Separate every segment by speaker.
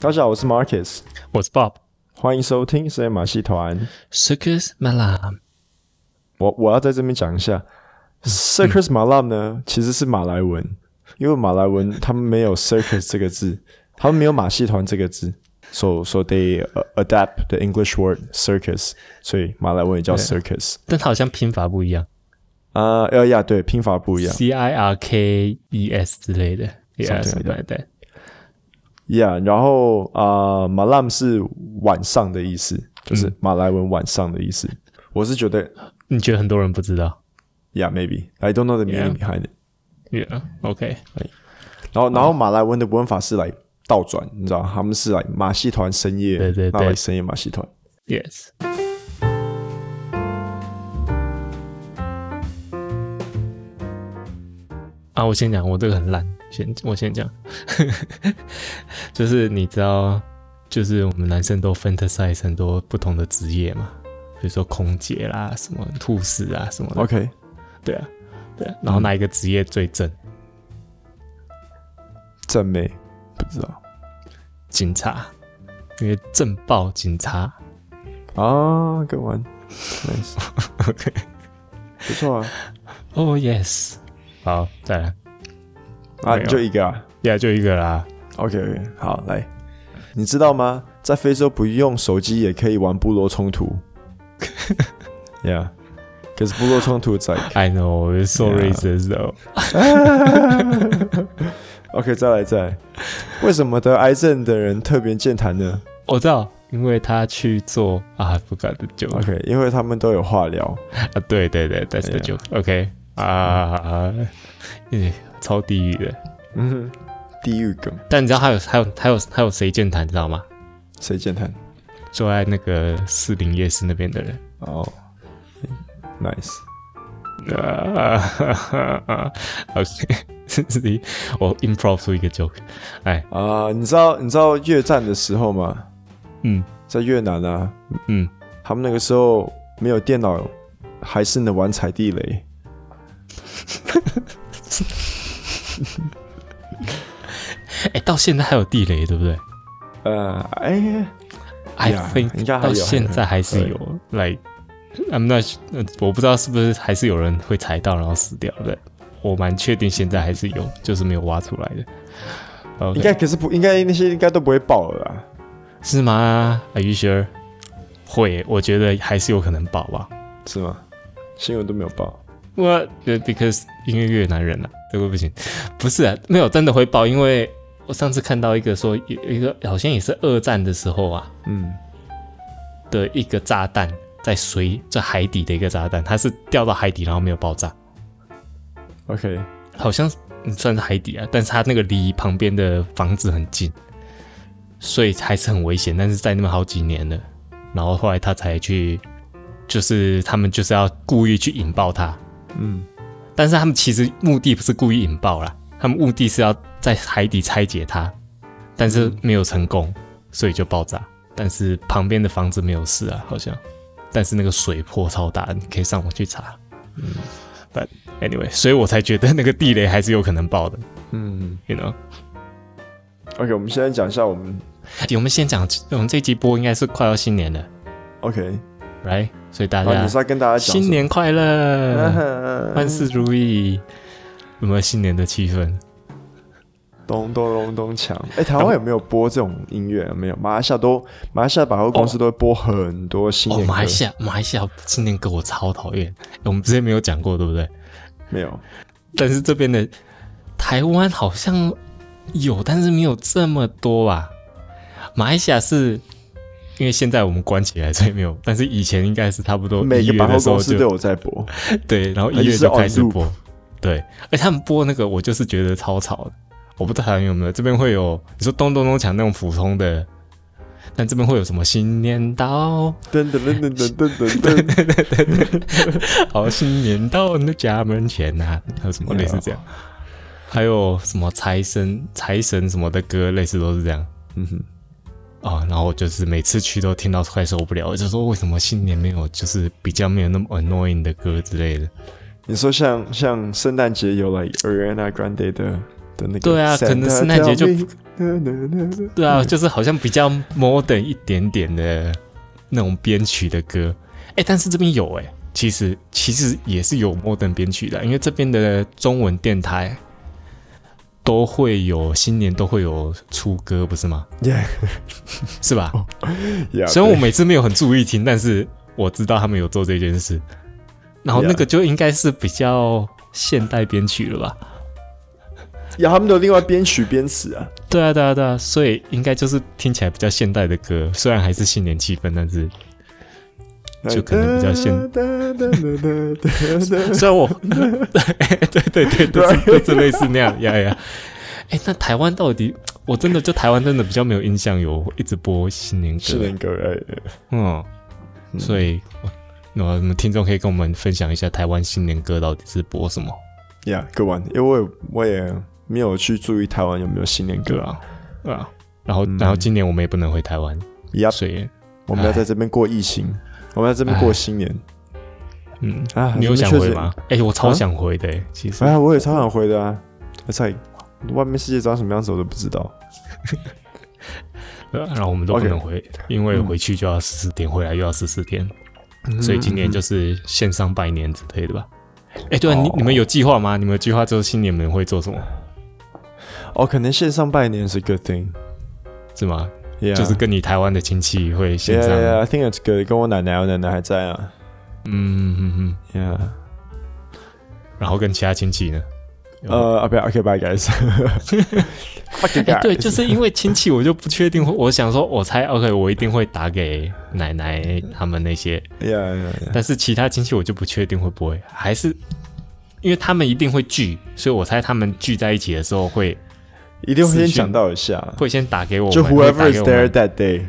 Speaker 1: 大家好，我是 Marcus，
Speaker 2: 我是 Bob。
Speaker 1: 欢迎收听深夜马戏团。
Speaker 2: Circus Malam，
Speaker 1: 我我要在这边讲一下，circus malam 呢其实是马来文，因为马来文他们没有 circus 这个字，他们没有马戏团这个字，so so they uh, adapt the English word circus，所以马来文也叫 circus。
Speaker 2: 但它好像拼法不一样
Speaker 1: 啊，要呀，对，拼法不一样。
Speaker 2: ，C I R K E S 之类的，Yeah，
Speaker 1: Something like
Speaker 2: something like that。
Speaker 1: Yeah，然后啊、m a l a m 是晚上的意思，就是马来文晚上的意思。我是觉得
Speaker 2: 你觉得很多人不知道
Speaker 1: ，Yeah，maybe，I don't know the meaning
Speaker 2: Yeah
Speaker 1: behind it。
Speaker 2: ？Yeah，OK，
Speaker 1: 然
Speaker 2: 嗯
Speaker 1: 后，然后马来文的文法是来倒转，你知道，他们是来马戏团深夜，
Speaker 2: 对对对
Speaker 1: 那来深夜马戏团。
Speaker 2: Yes，啊，我先讲，我这个很烂，先我先讲， 就是你知道，就是我们男生都 fantasize 很多不同的职业嘛，比如说空姐啦，什么护士啊，什么的
Speaker 1: OK，
Speaker 2: 对啊，对啊，然后哪一个职业最正？
Speaker 1: 正妹不知道
Speaker 2: 警察，因为正报警察
Speaker 1: 啊，Good one，nice，
Speaker 2: ，OK，
Speaker 1: 不错啊，
Speaker 2: 哦、yes，好，再来，
Speaker 1: 啊，
Speaker 2: 没有
Speaker 1: 就一个啊
Speaker 2: 呀、就一个啦，
Speaker 1: ，OK OK，好，来，你知道吗？在非洲不用手机也可以玩部落冲 突，Yeah，可是部落冲突在
Speaker 2: I know, it's so
Speaker 1: Yeah.
Speaker 2: racist though.
Speaker 1: OK，再来再来，为什么得癌症的人特别健谈呢
Speaker 2: 我知道，因为他去做啊，不敢的 joke
Speaker 1: ？OK，因为他们都有话聊。
Speaker 2: 啊，对对对，that's the
Speaker 1: Yeah.
Speaker 2: joke. OK 啊，嗯，超地狱的。
Speaker 1: 嗯，地狱梗，
Speaker 2: 但你知道还有还有还有还有谁健谈，你知道吗？
Speaker 1: 谁健谈？
Speaker 2: 坐在那个士林夜市那边的人。
Speaker 1: 哦、n i c e
Speaker 2: 啊 ，OK，自己我 improv 出一个 joke，哎，
Speaker 1: 啊、你知道你知道越战的时候吗？
Speaker 2: 嗯
Speaker 1: 在越南啊，
Speaker 2: 嗯，
Speaker 1: 他们那个时候没有电脑，还是能玩踩地雷。
Speaker 2: 哎，到现在还有地雷，对不对
Speaker 1: 呃，哎，
Speaker 2: ？I
Speaker 1: Yeah，
Speaker 2: think
Speaker 1: 应该还有
Speaker 2: 到现在还是有，like I'm not，su- 呃我不知道是不是还是有人会踩到然后死掉的，我蛮确定现在还是有，就是没有挖出来的。
Speaker 1: 应
Speaker 2: OK，
Speaker 1: 该可是不应该那些应该都不会爆了啦。
Speaker 2: 是吗？Are you sure？会，我觉得还是有可能爆吧。
Speaker 1: 是吗？新闻都没有报。
Speaker 2: 我呃 because 因为越南人啊，这个不行，不是啊，没有真的会爆，因为我上次看到一个说有一个好像也是二战的时候啊
Speaker 1: 嗯，
Speaker 2: 的一个炸弹在水在海底的一个炸弹，它是掉到海底然后没有爆炸，
Speaker 1: OK，
Speaker 2: 好像嗯算是海底啊，但是它那个离旁边的房子很近，所以还是很危险，但是在那边好几年了，然后后来他才去，就是他们就是要故意去引爆它，
Speaker 1: 嗯，
Speaker 2: 但是他们其实目的不是故意引爆啦，他们目的是要在海底拆解它，但是没有成功，所以就爆炸。但是旁边的房子没有事啊，好像，但是那个水波超大，你可以上网去查。嗯，But anyway，所以我才觉得那个地雷还是有可能爆的，
Speaker 1: 嗯
Speaker 2: 你 you know。
Speaker 1: ，OK，我们现在讲一下我们
Speaker 2: 我们先讲，我们这集播应该是快要新年了
Speaker 1: OK，
Speaker 2: ，right？所以大
Speaker 1: 啊，你是
Speaker 2: 家
Speaker 1: 要跟大家讲啊
Speaker 2: 新年快
Speaker 1: 什
Speaker 2: 乐，
Speaker 1: 么，
Speaker 2: 万事如意，有没有新年的气氛？
Speaker 1: 咚咚咚咚锵！哎、台湾有没有播这种音乐？没有，马来西亚都马来西亚百货公司都会播很多新
Speaker 2: 哦，
Speaker 1: 年歌。
Speaker 2: 马来西亚，马来西亚新年歌我超讨厌。诶我们之前没有讲过，对不对？
Speaker 1: 没有，
Speaker 2: 但是这边的台湾好像有，但是没有这么多吧。马来西亚是因为现在我们关起来，所以没有。但是以前应该是差不多
Speaker 1: 每
Speaker 2: 一
Speaker 1: 个
Speaker 2: 月
Speaker 1: 百货
Speaker 2: 的时候
Speaker 1: 公司
Speaker 2: 就
Speaker 1: 都有在播。
Speaker 2: 对，然后
Speaker 1: 而且
Speaker 2: 一月
Speaker 1: 是
Speaker 2: 就开始
Speaker 1: on loop
Speaker 2: 播。对，而且他们播那个，我就是觉得超吵的。我不知道台湾有没有，这边会有你说咚咚咚锵那种普通的，但这边会有什么新年到，
Speaker 1: 噔噔噔噔噔噔噔 噔，
Speaker 2: 好，新年到你的家门前呐、还有什么类似这样，还有什么财神、财神什么的歌，类似都是这样
Speaker 1: 嗯哼，
Speaker 2: 哦。然后就是每次去都听到快受不了，我就说为什么新年没有就是比较没有那么 annoying 的歌之类的。
Speaker 1: 你说像像圣诞节有来 Ariana Grande 的的那个，
Speaker 2: 对啊可能圣诞节就 对啊，就是好像比较 modern 一点点的那种编曲的歌。哎、但是这边有哎、其实其实也是有 modern 编曲的，因为这边的中文电台都会有新年都会有出歌，不是吗？
Speaker 1: Yeah,
Speaker 2: 是吧？
Speaker 1: yeah,
Speaker 2: 虽然我每次没有很注意听，但是我知道他们有做这件事。然后那个就应该是比较现代编曲了吧？
Speaker 1: 呀，他们都另外编曲编词啊。
Speaker 2: 对啊，对啊，对啊，所以应该就是听起来比较现代的歌，虽然还是新年气氛，但是就可能比较 现
Speaker 1: 现
Speaker 2: 虽然我，对对对，啊都是都是类似那样，呀呀。哎，那台湾到底，我真的就台湾真的比较没有印象，有一直播新年歌，
Speaker 1: 是能够哎，
Speaker 2: 嗯，所以我那我们听众可以跟我们分享一下台湾新年歌到底是播什么？
Speaker 1: 呀，各位，因为我也没有去注意台湾有没有新年歌
Speaker 2: 对
Speaker 1: 啊。
Speaker 2: 啊，对啊。然后，然后今年我们也不能回台湾，
Speaker 1: 呀，
Speaker 2: 所以，
Speaker 1: 我们要在这边过疫情，我们要在这边过新年
Speaker 2: 嗯，
Speaker 1: 啊。
Speaker 2: 你有想
Speaker 1: 这边
Speaker 2: 回
Speaker 1: 确实
Speaker 2: 吗？？哎，我超
Speaker 1: 啊
Speaker 2: 想回的，其实
Speaker 1: 哎。呀，我也超想回的啊！我操，外面世界长什么样子我都不知道。
Speaker 2: 对啊然后我们都不
Speaker 1: OK 嗯
Speaker 2: 能回因为回去就要十四天，回来又要十四天，所以今年就是线上拜年之类的吧。哎，对啊，
Speaker 1: 嗯
Speaker 2: 你
Speaker 1: 哦
Speaker 2: 你们有计划吗？你们有计划之后新年你们会做什么？
Speaker 1: 哦，可能线上拜年是 good thing，
Speaker 2: 是吗？
Speaker 1: yeah,
Speaker 2: 就是跟你台湾的亲戚会线
Speaker 1: yeah,
Speaker 2: 上，嗯
Speaker 1: yeah, I think it's good。跟我奶奶，我奶奶还在啊。
Speaker 2: 嗯嗯嗯，
Speaker 1: Yeah，
Speaker 2: 然后跟其他亲戚呢？
Speaker 1: 呃，啊不要，OK，拜 guys。Fucking
Speaker 2: 哎，对，
Speaker 1: guys
Speaker 2: 就是因为亲戚，我就不确定会。我想说，我猜 OK，我一定会打给奶奶他们那些，
Speaker 1: Yeah, yeah, yeah.
Speaker 2: 但是其他亲戚我就不确定会不会，还是因为他们一定会聚，所以我猜他们聚在一起的时候会
Speaker 1: 一定会
Speaker 2: 私
Speaker 1: 先
Speaker 2: 讯
Speaker 1: 讲到一下，
Speaker 2: 会先打给我们，
Speaker 1: 就
Speaker 2: 会打
Speaker 1: whoever
Speaker 2: 给
Speaker 1: is
Speaker 2: 我
Speaker 1: there
Speaker 2: 们
Speaker 1: that day。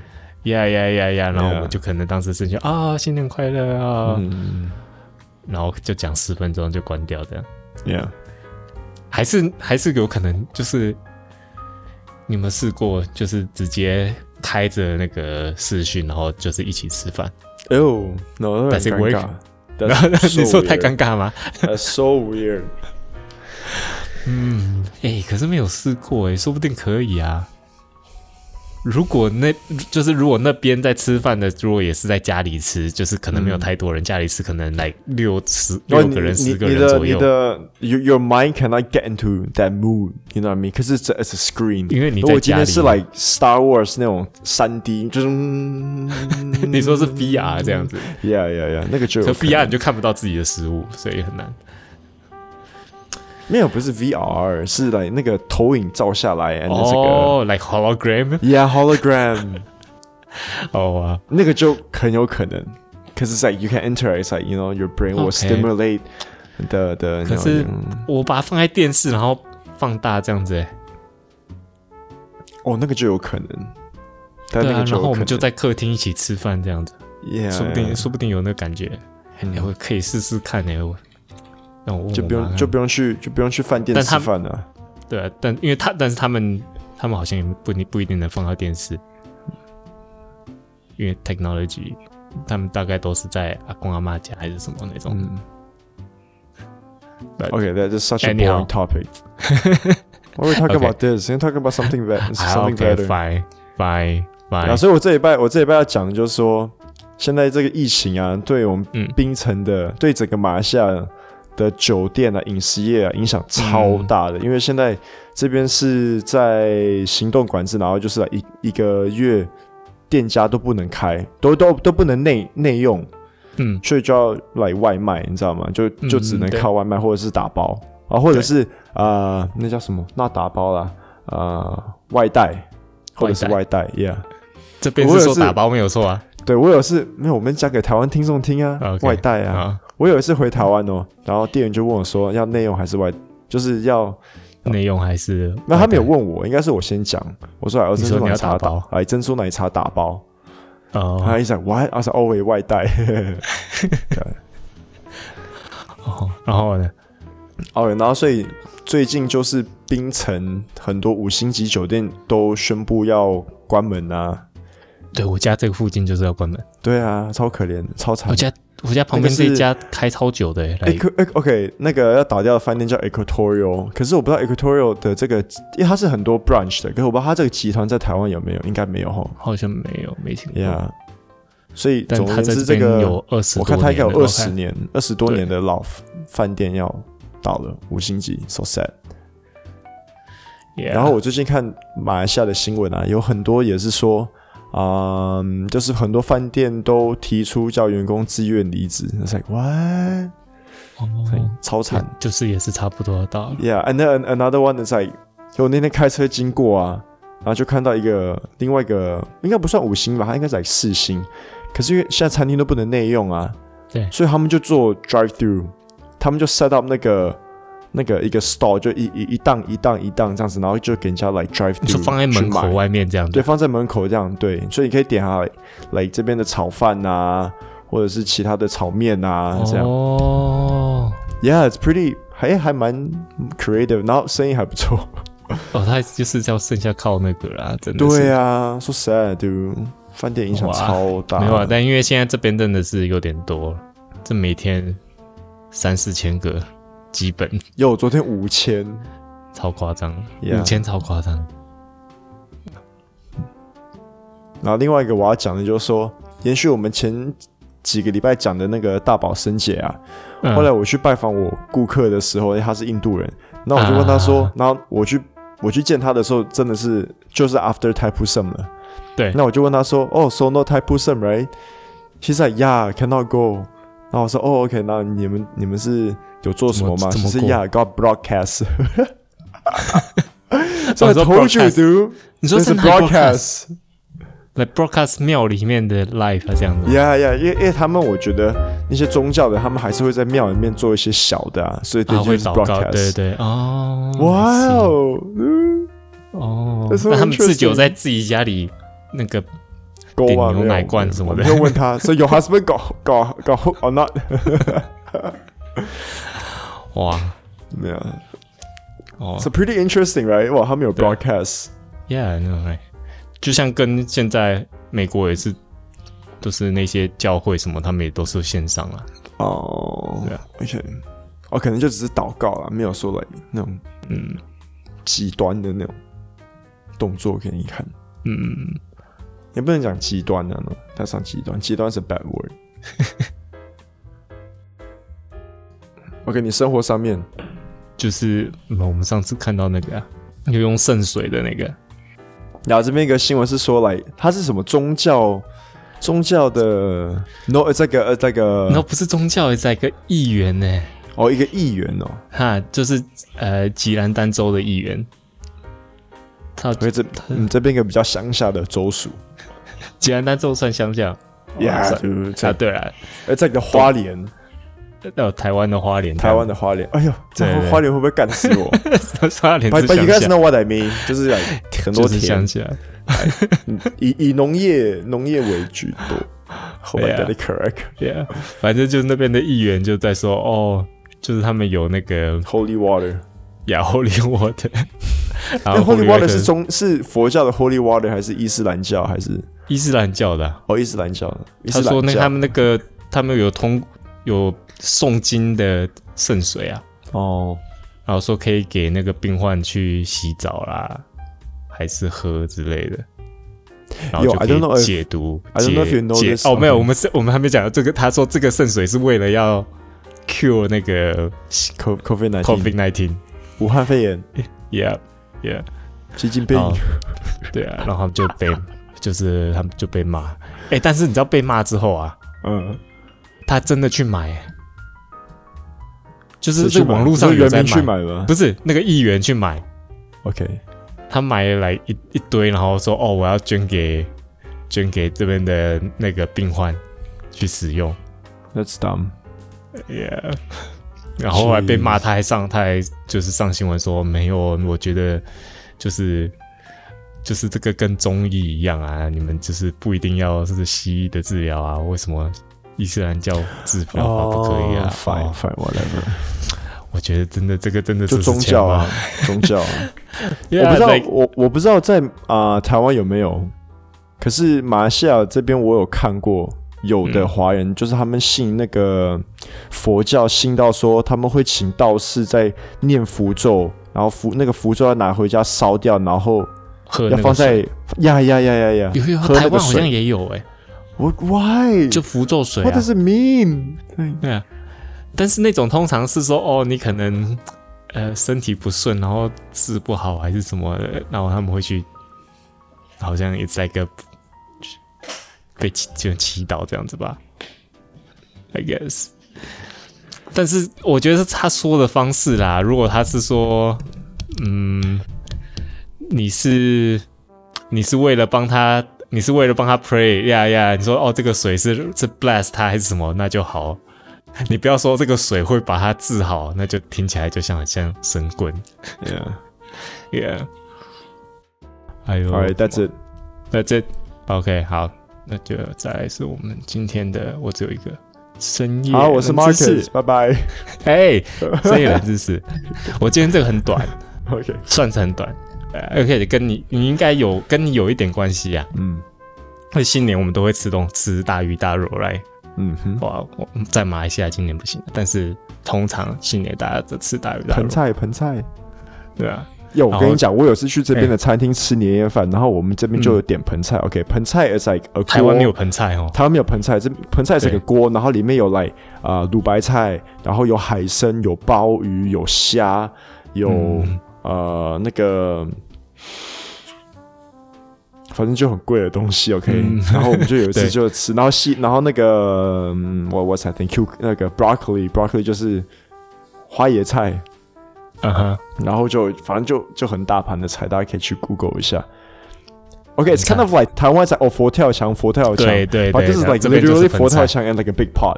Speaker 2: 呀呀呀呀，然后我
Speaker 1: Yeah
Speaker 2: 们就可能当时是就啊新年快乐啊，
Speaker 1: 嗯
Speaker 2: 然后就讲十分钟就关掉这样，
Speaker 1: 嗯，Yeah，
Speaker 2: 还是还是有可能就是你们试过就是直接开着那个视讯，然后就是一起吃饭，
Speaker 1: 哎呦，no，那
Speaker 2: Does
Speaker 1: 很
Speaker 2: it
Speaker 1: 尴
Speaker 2: work？
Speaker 1: 尬。
Speaker 2: 然后
Speaker 1: That's
Speaker 2: 你
Speaker 1: so
Speaker 2: 说太尴尬吗？
Speaker 1: That's so weird。嗯
Speaker 2: 哎、可是没有试过哎、说不定可以啊。如果那就是如果那边在吃饭的，如果也是在家里吃，就是可能没有太多人，家里吃可能来六十
Speaker 1: 因为
Speaker 2: 六个
Speaker 1: 嗯
Speaker 2: 人、
Speaker 1: 哦你
Speaker 2: 十个
Speaker 1: 你
Speaker 2: 人
Speaker 1: 的
Speaker 2: 左
Speaker 1: 你
Speaker 2: 右，
Speaker 1: 的 your your mind cannot get into that mood. You know what I mean? 可是 it's a, it's a screen. Oh,
Speaker 2: 因为你
Speaker 1: 如
Speaker 2: 在
Speaker 1: 果今
Speaker 2: 家
Speaker 1: 天
Speaker 2: 里。
Speaker 1: 是 like Star Wars 那种三 D，就是
Speaker 2: 你
Speaker 1: 你
Speaker 2: 说是 VR 这样子，
Speaker 1: ，Yeah Yeah Yeah，那个就 有
Speaker 2: 可
Speaker 1: 可能
Speaker 2: VR 你就看不到自己的食物，所以很难。
Speaker 1: 没有不是 VR，是 like 那个投影照下来，and 这个
Speaker 2: 哦、l i k e hologram，
Speaker 1: Yeah hologram，
Speaker 2: 哦啊，
Speaker 1: 那个就很有可能。可是 like you can interact, it's like you know your brain will
Speaker 2: OK
Speaker 1: stimulate the the
Speaker 2: 可是
Speaker 1: you know,
Speaker 2: 我把它放在电视，然后放大这样子、欸，
Speaker 1: 哦那个就有可能，但
Speaker 2: 对
Speaker 1: 那
Speaker 2: 啊，
Speaker 1: 个就
Speaker 2: 然
Speaker 1: 有
Speaker 2: 后我们
Speaker 1: 可
Speaker 2: 就
Speaker 1: 能
Speaker 2: 在客厅一起吃饭这样子。
Speaker 1: Yeah，
Speaker 2: 说不定
Speaker 1: yeah
Speaker 2: 说不定有那感觉，哎、我可以试试看哎、我那我问
Speaker 1: 嗯就
Speaker 2: 我
Speaker 1: 不
Speaker 2: 妈
Speaker 1: 用
Speaker 2: 看
Speaker 1: 就不用去就不用去饭店
Speaker 2: 啊但
Speaker 1: 吃
Speaker 2: 他
Speaker 1: 饭了。
Speaker 2: 对啊，但因为他但是他们他们好像也不不一定能放到电视，因为 technology 他们大概都是在阿公阿妈家还是什么那种，
Speaker 1: 嗯
Speaker 2: But-
Speaker 1: Okay, that is such a
Speaker 2: Anyhow.
Speaker 1: boring topic. Why are we talking
Speaker 2: Okay.
Speaker 1: about this? We're talking about something better.
Speaker 2: 啊
Speaker 1: Something
Speaker 2: ，OK
Speaker 1: better.
Speaker 2: fine fine
Speaker 1: 啊，
Speaker 2: fine，
Speaker 1: 所以我这一拜我这一拜要讲的就是说，现在这个疫情啊，对我们
Speaker 2: 嗯
Speaker 1: 槟城的，对整个马来西亚的酒店啊、饮食业啊，影响超
Speaker 2: 嗯
Speaker 1: 大的。因为现在这边是在行动管制，然后就是一一个月店家都不能开，都都都不能内内用，
Speaker 2: 嗯
Speaker 1: 所以就要来外卖，你知道吗？就就只能
Speaker 2: 对
Speaker 1: 靠外卖或者是打包啊，或者
Speaker 2: 对
Speaker 1: 是呃，那叫什么？那打包啦，呃，外带或者是外
Speaker 2: 外
Speaker 1: 带，Yeah。
Speaker 2: 这边
Speaker 1: 我
Speaker 2: 是
Speaker 1: 也
Speaker 2: 说
Speaker 1: 是
Speaker 2: 打包没有错啊，
Speaker 1: 对我有一次没有，我们讲给台湾听众听啊
Speaker 2: OK，
Speaker 1: 外带啊。
Speaker 2: 啊
Speaker 1: 我有一次回台湾哦，然后店员就问我说要内用还是外，就是要
Speaker 2: 内容还是
Speaker 1: 那他没有
Speaker 2: 外
Speaker 1: 问我，应该是我先讲，我说哎，我
Speaker 2: 你
Speaker 1: 珍
Speaker 2: 说
Speaker 1: 珠
Speaker 2: 你
Speaker 1: 奶
Speaker 2: 要
Speaker 1: 茶
Speaker 2: 打
Speaker 1: 打
Speaker 2: 包，
Speaker 1: 哎，珍珠奶茶打包，
Speaker 2: 带哦
Speaker 1: 他一直 what，我说哦，我也外带，
Speaker 2: 哦，然后呢，
Speaker 1: 哦，然后所以最近就是槟城很多五星级酒店都宣布要关门啊，
Speaker 2: 对我家这个附近就是要关门。
Speaker 1: 对啊，超可怜，超惨
Speaker 2: 我，家我家旁边这一家开超久的、欸，来
Speaker 1: Equ Equ- 哎 OK，那个要倒掉的饭店叫 Equatorial，可是我不知道 Equatorial 的这个，因为它是很多 branch 的，可是我不知道它这个集团在台湾有没有，应该没有吼。
Speaker 2: 好像没有没听过。
Speaker 1: Yeah，所以
Speaker 2: 嗯但
Speaker 1: 总而
Speaker 2: 他
Speaker 1: 言
Speaker 2: 在
Speaker 1: 之，
Speaker 2: 这
Speaker 1: 这
Speaker 2: 边
Speaker 1: 个
Speaker 2: 有二十，
Speaker 1: 我看它应该有二十
Speaker 2: 我看。
Speaker 1: 年、二十多
Speaker 2: 对
Speaker 1: 年的老饭店要倒了，五星级，so sad。
Speaker 2: Yeah
Speaker 1: 然后我最近看马来西亚的新闻啊，有很多也是说，嗯，就是很多饭店都提出叫员工自愿离职，it's like what，
Speaker 2: 哦
Speaker 1: 超惨。
Speaker 2: 就是也是差不多到了。
Speaker 1: Yeah, and then another one is like，就我那天开车经过啊，然后就看到一个另外一个应该不算五星吧，它应该是 like 四星，可是因为现在餐厅都不能内用啊，
Speaker 2: 对
Speaker 1: 所以他们就做 drive through，他们就 set up 那个那个一个 stall，就一一一档一档一档这样子，然后就给人家 like drive
Speaker 2: 就
Speaker 1: through，
Speaker 2: 放在门口啊外面这样
Speaker 1: 嗯对，
Speaker 2: 子。
Speaker 1: 放在门口这样对，所以你可以点下来来这边的炒饭啊，或者是其他的炒面啊这样。
Speaker 2: 哦
Speaker 1: Yeah, it's pretty，还还蛮 creative，然后生意还不错。
Speaker 2: 哦，他就是要剩下靠那个啦，真的是。
Speaker 1: 对啊，说实在的，dude，饭店影响
Speaker 2: 哇
Speaker 1: 超大。
Speaker 2: 没有啊，但因为现在这边真的是有点多了，这每天三四千个，基本
Speaker 1: 有昨天五千，
Speaker 2: 超夸张，五
Speaker 1: Yeah
Speaker 2: 千超夸张。
Speaker 1: 然后另外一个我要讲的就是说，延续我们前几个礼拜讲的那个大宝生姐啊，
Speaker 2: 嗯
Speaker 1: 后来我去拜访我顾客的时候，因为他是印度人，那我就问他说
Speaker 2: 啊，
Speaker 1: 然后我去我去见他的时候，真的是就是 after Taipusam 了。
Speaker 2: 对
Speaker 1: 那我就问他说，哦、s o no Taipusam right？She's like yeah cannot go。然后我说，哦、o k 那你们你们是有做什么吗？
Speaker 2: 怎
Speaker 1: 其
Speaker 2: 么
Speaker 1: 实
Speaker 2: 怎么
Speaker 1: yeah got broadcast。So I
Speaker 2: 哦你说
Speaker 1: told you,
Speaker 2: broadcast
Speaker 1: dude.
Speaker 2: 你说
Speaker 1: This is
Speaker 2: 在哪里 broadcast
Speaker 1: broadcast.
Speaker 2: 来 broadcast 庙里面的 live 啊这样子吗。
Speaker 1: Yeah, yeah，因为因为他们我觉得那些宗教的，他们还是会在庙里面做一些小的啊，所以对
Speaker 2: 啊，
Speaker 1: 就
Speaker 2: 会
Speaker 1: 是
Speaker 2: 祷告，
Speaker 1: broadcast。
Speaker 2: 对对哦，
Speaker 1: 哇
Speaker 2: I see，
Speaker 1: 哦，嗯，
Speaker 2: 哦
Speaker 1: That's，so
Speaker 2: 那他们自己有
Speaker 1: interesting
Speaker 2: 在自己家里那个
Speaker 1: 狗啊，
Speaker 2: 点牛
Speaker 1: 没有
Speaker 2: 奶罐什么的
Speaker 1: 我没有问 他，所以有 husband 搞搞搞 hook or not？
Speaker 2: 哇
Speaker 1: 没有
Speaker 2: 哦
Speaker 1: ，so pretty interesting, right？哇，他们有
Speaker 2: 啊
Speaker 1: broadcast，
Speaker 2: ，yeah，那种 right，就哎像跟现在美国也是，就是那些教会什么，他们也都是线上啊，
Speaker 1: 哦，
Speaker 2: 对啊，
Speaker 1: 而且哦，可能就只是祷告啦，没有说 like 那种
Speaker 2: 嗯
Speaker 1: 极端的那种动作给你看，
Speaker 2: 嗯。
Speaker 1: 也不能讲极端啊的呢，太上极端，极端是 bad word。OK，你生活上面
Speaker 2: 就是嗯我们上次看到那个、啊、有用圣水的那个，
Speaker 1: 然后这边一个新闻是说，来，它是什么宗教？宗教的，no，呃这个呃，这个
Speaker 2: 然后不是宗教，也是一个议员呢、
Speaker 1: 哦，一个议员哦，
Speaker 2: 哈，就是呃吉兰丹州的议员，他
Speaker 1: 所以这嗯这边一个比较乡下的州属
Speaker 2: 吉兰丹州算乡下
Speaker 1: ，Yeah，
Speaker 2: 算
Speaker 1: 就是
Speaker 2: 啊，
Speaker 1: 在
Speaker 2: 对了，
Speaker 1: 呃这个花莲，
Speaker 2: 呃台湾的花莲，
Speaker 1: 台湾的花莲，哎呦，这
Speaker 2: 对对
Speaker 1: 花莲会不会干死 我
Speaker 2: 的花莲
Speaker 1: ？But
Speaker 2: 是
Speaker 1: but you
Speaker 2: 乡
Speaker 1: guys
Speaker 2: 下，
Speaker 1: know what I mean，就是来很多
Speaker 2: 就是
Speaker 1: 田嗯
Speaker 2: 乡，下，
Speaker 1: 以以农业农业为居 多。Hope I
Speaker 2: Yeah
Speaker 1: got it correct.
Speaker 2: 对啊，反正就是那边的议员就在说哦。就是他们有那个
Speaker 1: Holy water，
Speaker 2: 雅后利沃 特，然
Speaker 1: 那
Speaker 2: 后
Speaker 1: Holy water
Speaker 2: 啊 Water
Speaker 1: 是中是佛教的 Holy water 还是伊斯兰教还是
Speaker 2: 伊斯兰教的啊、
Speaker 1: 哦伊斯兰教的？伊斯
Speaker 2: 他
Speaker 1: 兰
Speaker 2: 说那
Speaker 1: 教
Speaker 2: 他们那个他们有通有诵经的圣水啊，
Speaker 1: 哦，
Speaker 2: 然后说可以给那个病患去洗澡啦，还是喝之类的。然后就
Speaker 1: Yo, I
Speaker 2: 可
Speaker 1: don't know
Speaker 2: 以
Speaker 1: if-
Speaker 2: 解毒
Speaker 1: I don't know if you know
Speaker 2: 解
Speaker 1: this,
Speaker 2: 解哦，没有，
Speaker 1: okay.
Speaker 2: 我们是我们还没讲到这个。他说这个圣水是为了要 cure 那个
Speaker 1: Co- COVID nineteen，
Speaker 2: COVID nineteen，
Speaker 1: 武汉肺炎，
Speaker 2: yeah yeah，
Speaker 1: 基金病
Speaker 2: 然，后哦对啊，然后他们就被 就是他们就被骂，哎、但是你知道被骂之后啊，
Speaker 1: 嗯，
Speaker 2: 他真的去买，就是
Speaker 1: 去
Speaker 2: 这
Speaker 1: 买
Speaker 2: 网络上
Speaker 1: 是
Speaker 2: 有
Speaker 1: 人
Speaker 2: 在
Speaker 1: 民去买吗
Speaker 2: 不是那个议员去买，
Speaker 1: ？OK，
Speaker 2: 他买了来一一堆，然后说哦，我要捐给捐给这边的那个病患去使用
Speaker 1: That's dumb.
Speaker 2: ，yeah。然 后后来被骂，他还上，他还就是上新闻说没有，我觉得就是就是这个跟中医一样啊，你们就是不一定要是西医的治疗啊，为什么伊斯兰教治疗法不可以啊？
Speaker 1: 哦，Fine,
Speaker 2: 哦
Speaker 1: fine, whatever，
Speaker 2: 我觉得真的这个真的
Speaker 1: 就是宗教啊，宗教啊。 我
Speaker 2: 是钱吧，
Speaker 1: 不知道
Speaker 2: Yeah，like，，
Speaker 1: 我我不知道在啊、台湾有没有，可是马来西亚这边我有看过有
Speaker 2: 嗯
Speaker 1: 的华人、就是他们信那个佛教，信到说他们会请道士在念符咒，然后符那个符咒要拿回家烧掉，然后
Speaker 2: 喝那
Speaker 1: 要
Speaker 2: 个
Speaker 1: 放在
Speaker 2: 水
Speaker 1: 呀呀呀呀呀，
Speaker 2: 有有
Speaker 1: 喝
Speaker 2: 台
Speaker 1: 那个
Speaker 2: 湾好像
Speaker 1: 水。
Speaker 2: 也有哎、
Speaker 1: 我 why？
Speaker 2: 就符咒水
Speaker 1: What
Speaker 2: 啊，
Speaker 1: does it mean？对
Speaker 2: 对啊。但是那种通常是说哦，你可能呃身体不顺，然后治不好还是什么的，然后他们会去，好像也在个被祈就祈祷这样子吧，I guess。但是我觉得是他说的方式啦，如果他是说，嗯，你是你是为了帮他，你是为了帮他 pray 呀呀，你说哦这个水是是 bless 他还是什么，那就好。你不要说这个水会把他治好，那就听起来就像很像神棍，yeah。哎呦
Speaker 1: Yeah，All right，that's it。
Speaker 2: 那这 OK 好，那就再来是我们今天的，我只有一个深夜
Speaker 1: 好，我是
Speaker 2: 冷知识
Speaker 1: Marcus，拜拜。
Speaker 2: 哎，深夜冷知识， 我今天这个很短，
Speaker 1: OK，
Speaker 2: 算是很短，呃，OK 跟你你应该有跟你有一点关系啊，
Speaker 1: 嗯
Speaker 2: 因为新年我们都会吃东吃大鱼大肉来，
Speaker 1: 嗯哼，
Speaker 2: 哇，我在马来西亚今年不行，但是通常新年大家都吃大鱼大 肉
Speaker 1: 盆，菜盆菜。
Speaker 2: 对啊，
Speaker 1: 有，我
Speaker 2: 然
Speaker 1: 跟
Speaker 2: 后哎
Speaker 1: 你讲，我有次去这边的餐厅吃年夜饭，然后我们这边就有点盆菜。OK，盆
Speaker 2: 嗯
Speaker 1: 菜 is like a
Speaker 2: 台湾没有
Speaker 1: 锅，
Speaker 2: 盆菜哦，
Speaker 1: 台湾没有盆菜，这盆菜是个
Speaker 2: 对
Speaker 1: 锅，然后里面有 like 啊、呃、卤白菜，然后有海参，有鲍鱼，有虾，有、
Speaker 2: 嗯
Speaker 1: 呃那个。反正就很贵的东西，OK、
Speaker 2: 嗯
Speaker 1: 然后我们就有一次
Speaker 2: 对
Speaker 1: 就吃，然后西，然后那个嗯我我才 thank you 那个 broccoli broccoli 就是花椰菜，
Speaker 2: 嗯哼，
Speaker 1: 然后就反正就就很大盘的菜，大家可以去 Google 一下。Okay, it's kind
Speaker 2: 很
Speaker 1: of like 台湾在哦佛跳墙，佛跳墙，
Speaker 2: 对对
Speaker 1: but
Speaker 2: 对
Speaker 1: this is
Speaker 2: 然后
Speaker 1: like
Speaker 2: 这边就是
Speaker 1: literally 佛
Speaker 2: 盆菜
Speaker 1: 跳墙 and like a big pot，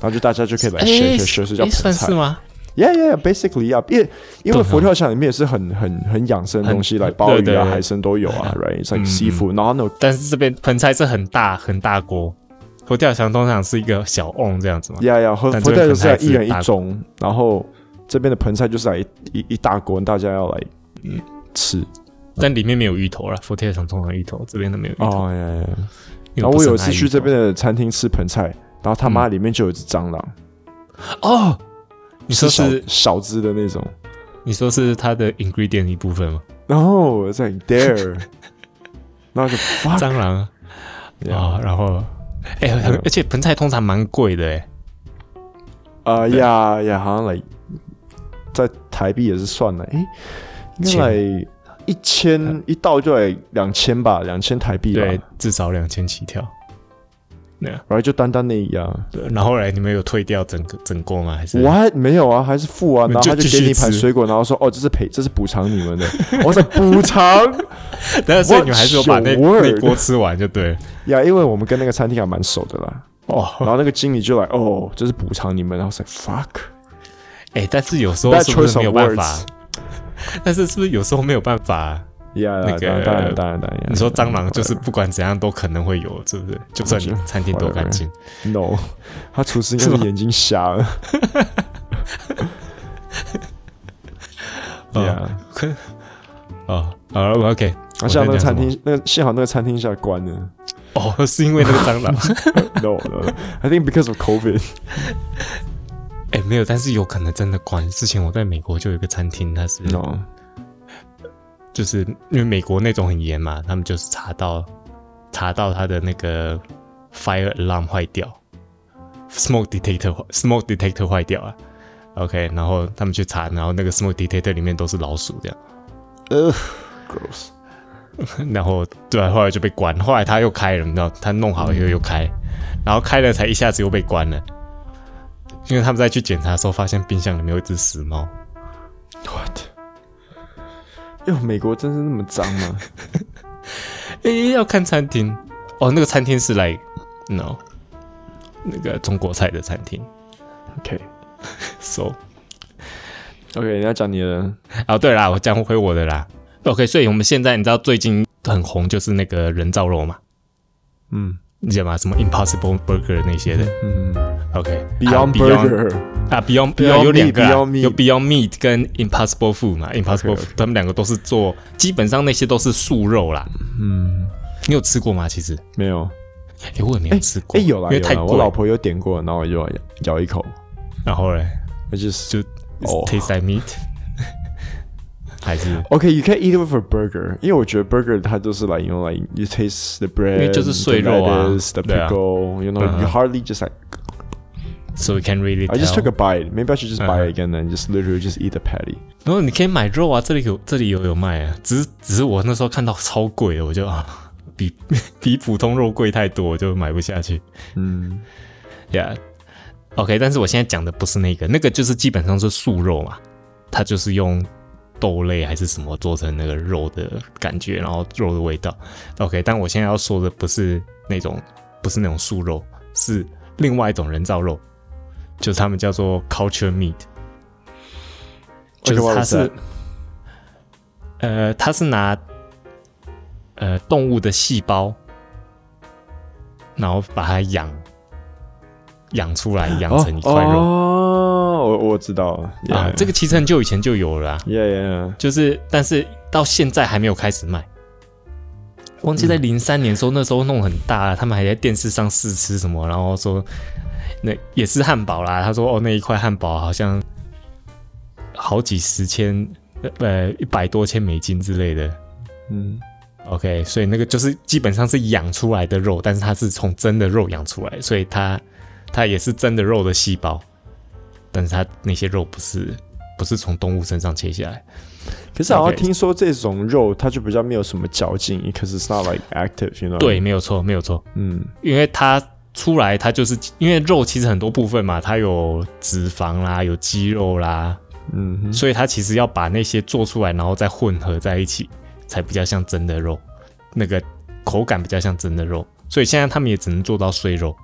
Speaker 1: 然后就大家就可以来 share share share，这叫
Speaker 2: 哎算
Speaker 1: 盆
Speaker 2: 是
Speaker 1: 菜。
Speaker 2: 吗？
Speaker 1: Yeah, yeah, yeah, basically yeah，因为因为
Speaker 2: 对
Speaker 1: 佛跳墙里面也是很很很养生的东西，
Speaker 2: 很
Speaker 1: 来鲍
Speaker 2: 对
Speaker 1: 鱼
Speaker 2: 对
Speaker 1: 啊、
Speaker 2: 对
Speaker 1: 海参都有啊，right？It's
Speaker 2: 嗯
Speaker 1: like 西服，然后那种
Speaker 2: 但是这边盆菜是很大很大锅，佛跳墙通常是一个小瓮这样子嘛。
Speaker 1: 呀呀，和
Speaker 2: 但
Speaker 1: 佛
Speaker 2: 这
Speaker 1: 跳墙
Speaker 2: 边盆
Speaker 1: 是来
Speaker 2: 菜
Speaker 1: 一人
Speaker 2: 是大
Speaker 1: 一盅，然后这边的盆菜就是来一一一大锅，大家要来吃。
Speaker 2: 但里面没有芋头啦，佛跳墙通常芋头，这边都没有芋头。
Speaker 1: 哦呀呀。
Speaker 2: 因为
Speaker 1: 然后
Speaker 2: 不
Speaker 1: 我
Speaker 2: 是
Speaker 1: 有一
Speaker 2: 很
Speaker 1: 次
Speaker 2: 爱嗯
Speaker 1: 去
Speaker 2: 芋
Speaker 1: 这
Speaker 2: 头
Speaker 1: 边的餐厅吃盆菜，然后他妈里面就有一只蟑螂，
Speaker 2: 哦，你说
Speaker 1: 小
Speaker 2: 是
Speaker 1: 小只的那种。
Speaker 2: 你说是它的 ingredient 一部分吗？
Speaker 1: 然后我在 there，然后就 fuck，
Speaker 2: 蟑螂啊，
Speaker 1: 呀
Speaker 2: 哦然后哎、很而且盆菜通常蛮贵的哎，
Speaker 1: 啊呀呀，好像来在台币也是算了，诶，应该来一千一道就来两千吧，两千台币吧，
Speaker 2: 嗯对
Speaker 1: 然，
Speaker 2: 至少两千起跳。
Speaker 1: 后就单单那一样。
Speaker 2: 对，然后后来你们有退掉整个整锅吗？还是
Speaker 1: 我还没有啊，还是付啊，
Speaker 2: 你
Speaker 1: 然后
Speaker 2: 就
Speaker 1: 他就
Speaker 2: 继续
Speaker 1: 给你一盘
Speaker 2: 吃
Speaker 1: 水果，然后说哦，这是赔，这是补偿你们的。我在补偿，
Speaker 2: 但是所以你们还是有把 那
Speaker 1: What's your
Speaker 2: 那
Speaker 1: word？
Speaker 2: 锅吃完就对了。
Speaker 1: 呀，因为我们跟那个餐厅还蛮熟的啦。
Speaker 2: 哦，
Speaker 1: 然后那个经理就来，哦，这是补偿你们。然后我说 fuck，
Speaker 2: 哎、但是有时候
Speaker 1: Bad
Speaker 2: 是不
Speaker 1: choice of
Speaker 2: 是没有办
Speaker 1: words
Speaker 2: 法？但是是不是有时候没有办法、
Speaker 1: 呀，
Speaker 2: 那个
Speaker 1: 当然当然当然。
Speaker 2: 你说蟑螂就是不管怎样都可能会有，是不是？就算你餐厅多干 净，
Speaker 1: no，他厨师应该是眼睛瞎了。 对
Speaker 2: 哦
Speaker 1: 啊，
Speaker 2: 可哦，好了，OK。
Speaker 1: 啊，幸好那个餐厅，那个幸好那个餐厅现在关了。
Speaker 2: 哦，是因为那个蟑螂？
Speaker 1: No，I think because of COVID。
Speaker 2: 哎，没有，但是有可能真的关。之前我在美国就有一个餐厅，它是
Speaker 1: No，
Speaker 2: 就是因为美国那种很严嘛，他们就是查到查到它的那个 fire alarm 坏掉，smoke detector smoke detector 坏掉啊。OK，然后他们去查，然后那个 smoke detector 里面都是老鼠这样。
Speaker 1: 呃，gross。
Speaker 2: 然后对啊，后来就被关，后来他又开了，你知道，他弄好以后又开，然后开了才一下子又被关了，因为他们在去检查的时候发现冰箱里面有一只死猫，
Speaker 1: What？哟，美国真是那么脏 吗？
Speaker 2: 诶，要看餐厅哦，那个餐厅是来 no 那个中国菜的餐厅
Speaker 1: OK
Speaker 2: ，so
Speaker 1: OK，你要讲你的
Speaker 2: 啊，对啦，我讲回我的啦，OK，所以我们现在你知道最近很红就是那个人造肉嘛，
Speaker 1: 嗯
Speaker 2: 你知道吗？什么 Impossible Burger 那些的
Speaker 1: 嗯
Speaker 2: ，OK，
Speaker 1: Beyond
Speaker 2: 啊 Beyond-
Speaker 1: Burger。
Speaker 2: 啊
Speaker 1: Beyond
Speaker 2: ，Beyond Beyond 有两个啊
Speaker 1: Meat，Beyond Meat
Speaker 2: 有 Beyond Meat 跟 Impossible Food 嘛，Impossible
Speaker 1: OK，OK
Speaker 2: Food 他们两个都是做，基本上那些都是素肉啦。
Speaker 1: 嗯，
Speaker 2: 你有吃过吗？其实
Speaker 1: 没有。
Speaker 2: 哎、我也没有吃过，
Speaker 1: 哎、有啦
Speaker 2: 因为
Speaker 1: 有
Speaker 2: 太
Speaker 1: 啦，
Speaker 2: 贵。
Speaker 1: 我老婆有点过，然后我就咬咬一口，
Speaker 2: 然后嘞
Speaker 1: 我就是
Speaker 2: 就
Speaker 1: 哦
Speaker 2: taste like meat，、还是
Speaker 1: OK。You can eat it with a burger，因为我觉得 burger 它就是 like you know like you taste the bread，因
Speaker 2: 为就是碎肉啊 Uh-huh.
Speaker 1: the
Speaker 2: 对啊
Speaker 1: pickle，you know
Speaker 2: 嗯
Speaker 1: you hardly just like
Speaker 2: so you can really
Speaker 1: I just
Speaker 2: tell
Speaker 1: took a bite. Maybe I should just buy
Speaker 2: Uh-huh.
Speaker 1: it again and just literally just eat the patty.
Speaker 2: 然后你可以买肉啊，这里有这里有有卖啊，只是只是我那时候看到超贵的，我就啊，比 比普通肉贵太多，我就买不下去。Mm.
Speaker 1: 嗯，
Speaker 2: Yeah, OK，但是我现在讲的不是那个，那个就是基本上是素肉嘛，它就是用豆类还是什么做成那个肉的感觉，然后肉的味道。OK，但我现在要说的不是那种不是那种素肉，是另外一种人造肉，就是他们叫做 culture meat，
Speaker 1: Okay,
Speaker 2: 就是
Speaker 1: what
Speaker 2: 它
Speaker 1: was
Speaker 2: 是
Speaker 1: that?
Speaker 2: 呃，它是拿呃动物的细胞，然后把它养养出来，养成一块肉。
Speaker 1: 哦，我我知道了。
Speaker 2: 啊
Speaker 1: Yeah,，
Speaker 2: 这个其实很久以前就有了啊，
Speaker 1: yeah yeah，
Speaker 2: 就是但是到现在还没有开始卖。忘记在零三年的时候，那时候弄很大啊，他们还在电视上试吃什么，然后说那也是汉堡啦。他说哦，那一块汉堡好像好几十千，呃呃，一百多千美金之类的。
Speaker 1: 嗯
Speaker 2: OK，所以那个就是基本上是养出来的肉，但是它是从真的肉养出来，所以它它也是真的肉的细胞，但是它那些肉不是不是从动物身上切下来。
Speaker 1: 可是好像
Speaker 2: Okay.
Speaker 1: 听说这种肉它就比较没有什么嚼劲，because it's not like active，you know？Mm.
Speaker 2: 对，，没有错，没有错，
Speaker 1: 嗯
Speaker 2: 因为它出来它就是因为肉其实很多部分嘛，它有脂肪啦，有肌肉啦，
Speaker 1: 嗯哼，
Speaker 2: 所以它其实要把那些做出来，然后再混合在一起，才比较像真的肉，那个口感比较像真的肉。所以现在他们也只能做到碎肉。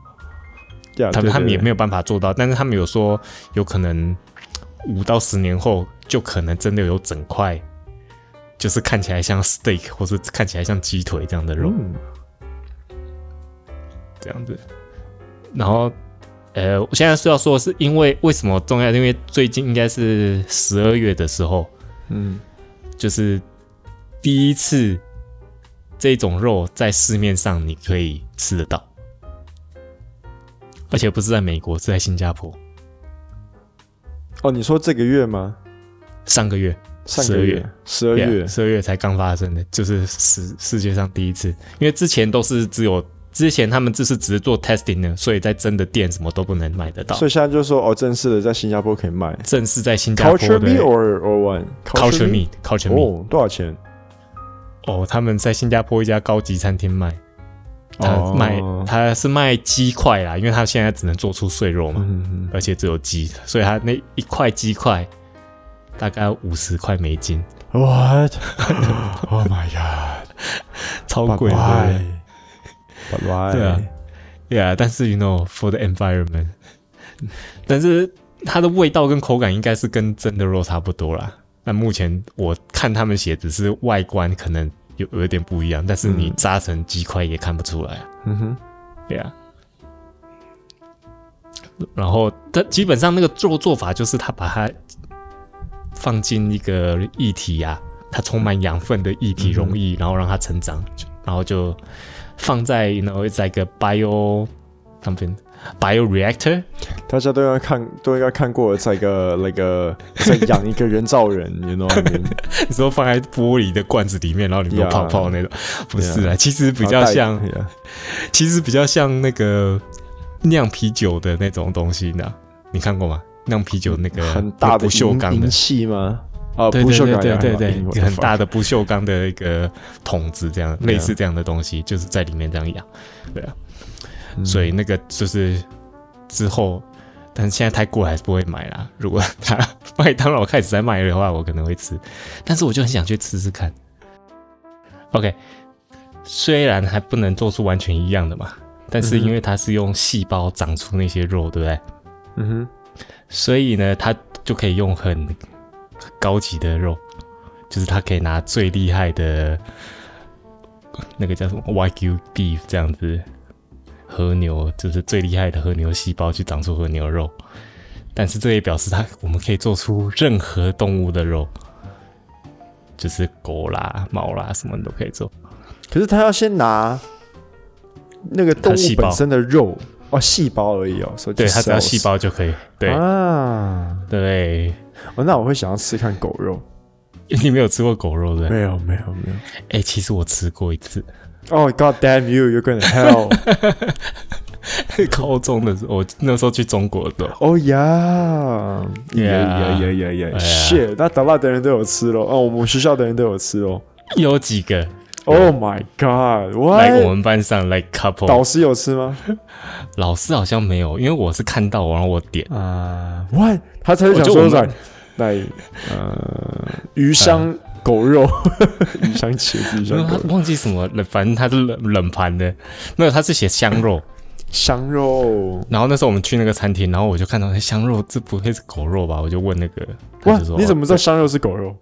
Speaker 1: Yeah，
Speaker 2: 他
Speaker 1: 啊对
Speaker 2: 们他们也
Speaker 1: 有
Speaker 2: 没有办法做到，但是他们有说有可能五到十年后就可能真的有整块，就是看起来像 steak 或是看起来像鸡腿这样的肉、
Speaker 1: 嗯
Speaker 2: 这样子。然后，呃，我现在是要说的是因为为什么重要？因为最近应该是十二月的时候，
Speaker 1: 嗯
Speaker 2: 就是第一次这种肉在市面上你可以吃得到，而且不是在美国，是在新加坡。
Speaker 1: 哦，Oh, 你说这个月吗？
Speaker 2: 上个月，
Speaker 1: 上个月十二月，
Speaker 2: 十二月才刚发生的，就是世世界上第一次，因为之前都是只有之前他们就是只是做 testing 的，所以在真的店什么都不能买得到
Speaker 1: 所。以现在就说哦，正式的在新加坡可以卖。
Speaker 2: 正是在新加坡
Speaker 1: Culture
Speaker 2: 的
Speaker 1: me or or one
Speaker 2: Culture Meat，Culture Meat，
Speaker 1: 哦，多少钱？
Speaker 2: 哦，他们在新加坡一家高级餐厅卖，他
Speaker 1: 哦
Speaker 2: 卖他是卖鸡块啦，因为他现在只能做出碎肉嘛，
Speaker 1: 嗯
Speaker 2: 而且只有鸡，所以他那一块鸡块大概五十块美金，
Speaker 1: 哼，What？Oh Oh my god！
Speaker 2: 超
Speaker 1: But
Speaker 2: 贵，对不对
Speaker 1: why? But why？
Speaker 2: 对啊 Yeah，但是 you know for the environment，但是它的味道跟口感应该是跟真的肉差不多啦。那目前我看他们写只是外观可能有有一点不一样，但是你
Speaker 1: 嗯
Speaker 2: 扎成鸡块也看不出来啊。
Speaker 1: 嗯哼，
Speaker 2: 对啊。然后，它基本上那个做做法就是他把它放进一个液体啊，它充满养分的液体溶液，然后让它成长，就然后就放在然后在一个 bio something bio reactor
Speaker 1: 大家都要看，都应该看过这个那个在养一个人造人 ，you know what I mean？
Speaker 2: 你说放在玻璃的罐子里面，然后里面有
Speaker 1: Yeah
Speaker 2: 泡泡那种不是啊，其 实比
Speaker 1: 然
Speaker 2: 较
Speaker 1: 后带
Speaker 2: 像，
Speaker 1: yeah
Speaker 2: 其实比较像那个酿啤酒的那种东西呢。你看过吗？酿啤酒那个
Speaker 1: 很大的
Speaker 2: 不锈钢
Speaker 1: 银
Speaker 2: 的
Speaker 1: 银，器吗？啊，不
Speaker 2: 对对
Speaker 1: 锈
Speaker 2: 对
Speaker 1: 钢
Speaker 2: 对对
Speaker 1: 呀
Speaker 2: 对，很，
Speaker 1: 呀
Speaker 2: 大的不锈钢的一个桶子，这样
Speaker 1: Yeah
Speaker 2: 类似这样的东西，就是在里面这样养，对啊，
Speaker 1: 嗯
Speaker 2: 所以那个就是之后，但是现在太贵还是不会买啦。如果他麦当劳开始在卖的话，我可能会吃，但是我就很想去吃吃看。OK，虽然还不能做出完全一样的嘛，但是
Speaker 1: 嗯哼
Speaker 2: 因为它是用细胞长出那些肉，对不对？
Speaker 1: 嗯
Speaker 2: 所以呢，它就可以用很高级的肉，就是它可以拿最厉害的那个叫什么 Wagyu beef 这样子，和牛就是最厉害的和牛细胞去长出和牛肉。但是这也表示它，我们可以做出任何动物的肉，就是狗啦、猫啦，什么你都可以做。
Speaker 1: 哼，可是他要先拿那个动
Speaker 2: 它细
Speaker 1: 物
Speaker 2: 胞
Speaker 1: 本身的肉哦，细胞而已哦，所以
Speaker 2: 对，它只要
Speaker 1: cells
Speaker 2: 细胞就可以。对、
Speaker 1: 啊。
Speaker 2: 对，
Speaker 1: 哦，那我会想要吃看狗肉，
Speaker 2: 你没有吃过狗肉的？
Speaker 1: 没有没有没有。
Speaker 2: 哎、其实我吃过一次，
Speaker 1: Oh God damn you! You're going to hell!
Speaker 2: 高中的时候，我那时候去中国的时候，
Speaker 1: Oh yeah! Yeah
Speaker 2: Yeah.
Speaker 1: yeah yeah yeah!
Speaker 2: Yeah.
Speaker 1: Shit! 那打蜡的人都有吃咯，哦，我们学校的人都有吃哦。
Speaker 2: 有几个
Speaker 1: Oh my God!
Speaker 2: 来
Speaker 1: What?
Speaker 2: 我们班上来 couple，
Speaker 1: 导师有吃吗？
Speaker 2: 老师好像没有，因为我是看到我然后我点，
Speaker 1: 啊、w h a t 他才想
Speaker 2: 我觉
Speaker 1: 说
Speaker 2: 得我
Speaker 1: 来
Speaker 2: 们
Speaker 1: 来呃鱼香
Speaker 2: 哎
Speaker 1: 狗肉，鱼香茄子，鱼
Speaker 2: 因为
Speaker 1: 香
Speaker 2: 他
Speaker 1: 狗肉
Speaker 2: 忘记什么了，反正他是冷冷盘的，没有，他是写香肉。
Speaker 1: 嗯香肉。
Speaker 2: 然后那时候我们去那个餐厅，然后我就看到哎香肉，这不会是狗肉吧？我就问那个，他
Speaker 1: 哇
Speaker 2: 就说，
Speaker 1: 你怎么知道香肉是狗肉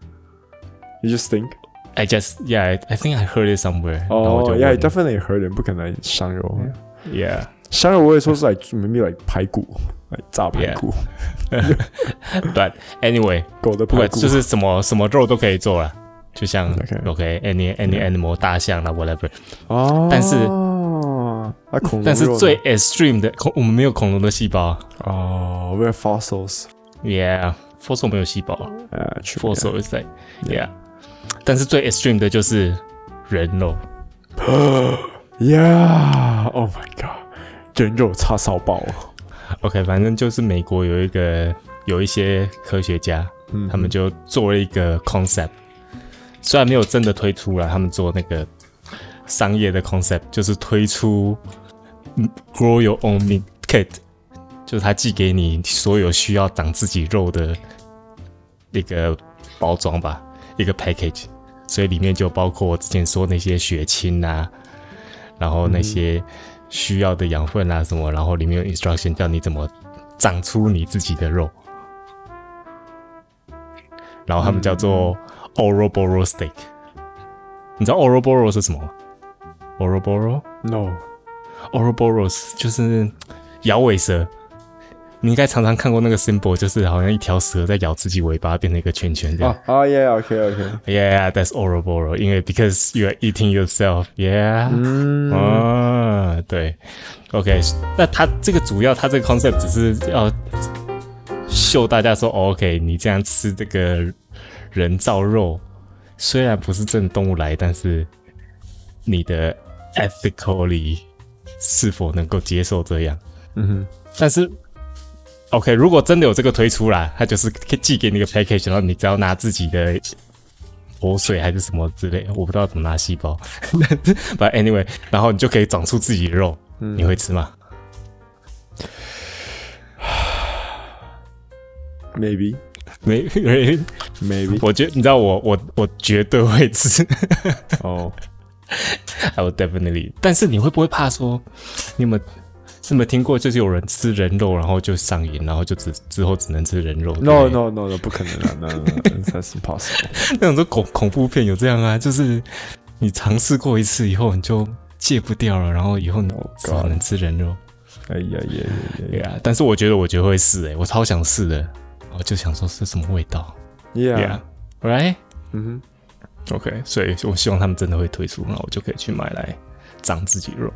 Speaker 1: ？You just think?
Speaker 2: I just yeah, I, I think I heard it somewhere、然后我
Speaker 1: 哦
Speaker 2: 就
Speaker 1: ，Yeah,
Speaker 2: 问
Speaker 1: definitely heard it. 不可能香肉，
Speaker 2: yeah，
Speaker 1: 香肉我也说是来 maybe like 排骨，来炸排骨，
Speaker 2: but anyway，
Speaker 1: 狗的
Speaker 2: 不
Speaker 1: 排
Speaker 2: 管
Speaker 1: 骨。
Speaker 2: 就是什么什么肉都可以做了，就像
Speaker 1: OK
Speaker 2: OK any any animal 大象啦 whatever，
Speaker 1: 哦，
Speaker 2: 但是
Speaker 1: 啊恐龙肉呢，
Speaker 2: 但是最 extreme 的恐我们没有恐龙的细胞啊
Speaker 1: 哦，we're fossils，
Speaker 2: ，yeah，佛手没有细胞啊，
Speaker 1: 呃，去
Speaker 2: 佛手 is like yeah，但是最 extreme 的就是人肉，
Speaker 1: ，Yeah，Oh oh my God，人肉叉烧包，啊
Speaker 2: OK，反正就是美国有一个有一些科学家，
Speaker 1: 嗯
Speaker 2: 他们就做了一个 concept，虽然没有真的推出来，他们做那个商业的 concept，就是推出嗯 grow your own meat kit，就是他寄给你所有需要长自己肉的一个包装吧，一个 package，所以里面就包括我之前说那些血清啊，然后那些需要的养分啊什么，然后里面有 instruction 教你怎么长出你自己的肉，然后他们叫做 Ouroboro steak，你知道 Ouroboro 是什么吗？Ouroboro
Speaker 1: ，No，
Speaker 2: Ouroboros 就是摇尾蛇。你应该常常看过那个 symbol，就是好像一条蛇在咬自己尾巴，变成一个圈圈这样。
Speaker 1: 啊啊，Yeah，OK，OK，
Speaker 2: Yeah, that's Ouroboro，因为 because you are eating yourself. Yeah，
Speaker 1: 嗯
Speaker 2: 啊，对，OK，那他这个主要他这个 concept 只是要秀大家说、哦、，OK，你这样吃这个人造肉，虽然不是正动物来，但是你的 ethically 是否能够接受这样？
Speaker 1: 嗯
Speaker 2: 但是 OK，如果真的有这个推出啦，它就是寄给你一个 package，然后你只要拿自己的活水还是什么之类，我不知道怎么拿细胞 ，but anyway，然后你就可以长出自己的肉，你会吃吗？
Speaker 1: 哼，Maybe。
Speaker 2: 没，没
Speaker 1: Maybe
Speaker 2: 我觉你知道我我我绝对会吃
Speaker 1: 哦，
Speaker 2: ，I will definitely。但是你会不会怕说，你有没有你有没有听过，就是有人吃人肉然后就上瘾，然后就只之后只能吃人肉
Speaker 1: No no no no，不可能啊，No no no，that's impossible。
Speaker 2: 那种恐恐怖片有这样啊，就是你尝试过一次以后，你就戒不掉了，然后以后你
Speaker 1: Oh
Speaker 2: 只好
Speaker 1: God
Speaker 2: 能吃人肉。
Speaker 1: 哎呀呀呀
Speaker 2: 对
Speaker 1: 呀
Speaker 2: 啊，但是我觉得我觉得会试诶、我超想试的，我就想说是什么味道。
Speaker 1: ，Yeah，
Speaker 2: Yeah，right？
Speaker 1: 嗯
Speaker 2: OK，所以我希望他们真的会推出，然后我就可以去买来长自己肉。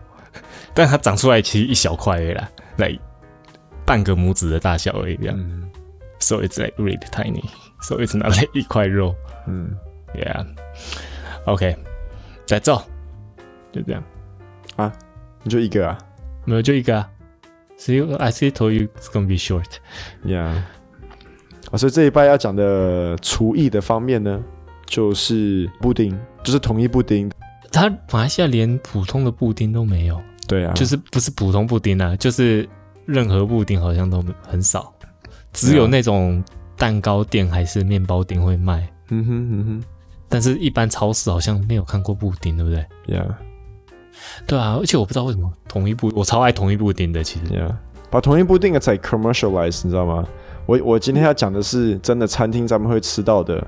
Speaker 2: 但它长出来其实一小块而已啦，来半个拇指的大小而已，这样。
Speaker 1: 哼，
Speaker 2: So it's like really tiny. So it's not like 一块肉。
Speaker 1: 嗯嗯
Speaker 2: Yeah. OK，再照，就这样，
Speaker 1: 啊，你就一个啊
Speaker 2: 没有就一个啊。所以 I see told you it's gonna be short.
Speaker 1: ，Yeah。啊，所以这一拜要讲的厨艺的方面呢，就是布丁，就是统一布丁。
Speaker 2: 它马来西亚连普通的布丁都没有，
Speaker 1: 对啊，
Speaker 2: 就是不是普通布丁啊，就是任何布丁好像都很少，只有那种蛋糕店还是面包店会卖，
Speaker 1: 嗯哼嗯
Speaker 2: 但是一般超市好像没有看过布丁，对不对？
Speaker 1: 哼，Yeah
Speaker 2: 对啊，而且我不知道为什么同一布，我超爱同一布丁的，其实
Speaker 1: Yeah，把统一布丁才 commercialize，你知道吗？我我今天要讲的是真的餐厅咱们会吃到的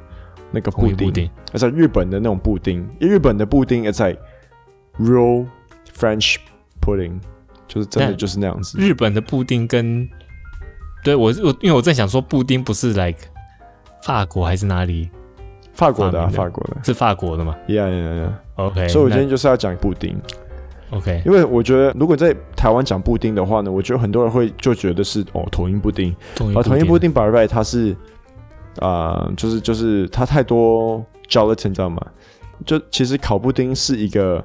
Speaker 1: 那个
Speaker 2: 同
Speaker 1: 布
Speaker 2: 一布
Speaker 1: 丁。
Speaker 2: 丁。
Speaker 1: 而在日本的那种布丁，日本的布丁 it's like roll French pudding，就是真的
Speaker 2: 那
Speaker 1: 就是那样子。
Speaker 2: 日本的布丁跟对我我因为我正想说布丁不是 like 法国还是哪里
Speaker 1: 法国的、啊，
Speaker 2: 发明的哎
Speaker 1: 法国的
Speaker 2: 是法国的嘛
Speaker 1: ，Yeah Yeah Yeah。
Speaker 2: ？OK，
Speaker 1: 所以我今天就是要讲布丁。
Speaker 2: OK，
Speaker 1: 因为我觉得如果在台湾讲布丁的话呢，我觉得很多人会就觉得是哦统一布丁，
Speaker 2: 统一
Speaker 1: 而统一布
Speaker 2: 丁
Speaker 1: 丁 b a r b 它是啊、呃就是就是它太多 gelatin 知道吗？就其实烤布丁是一个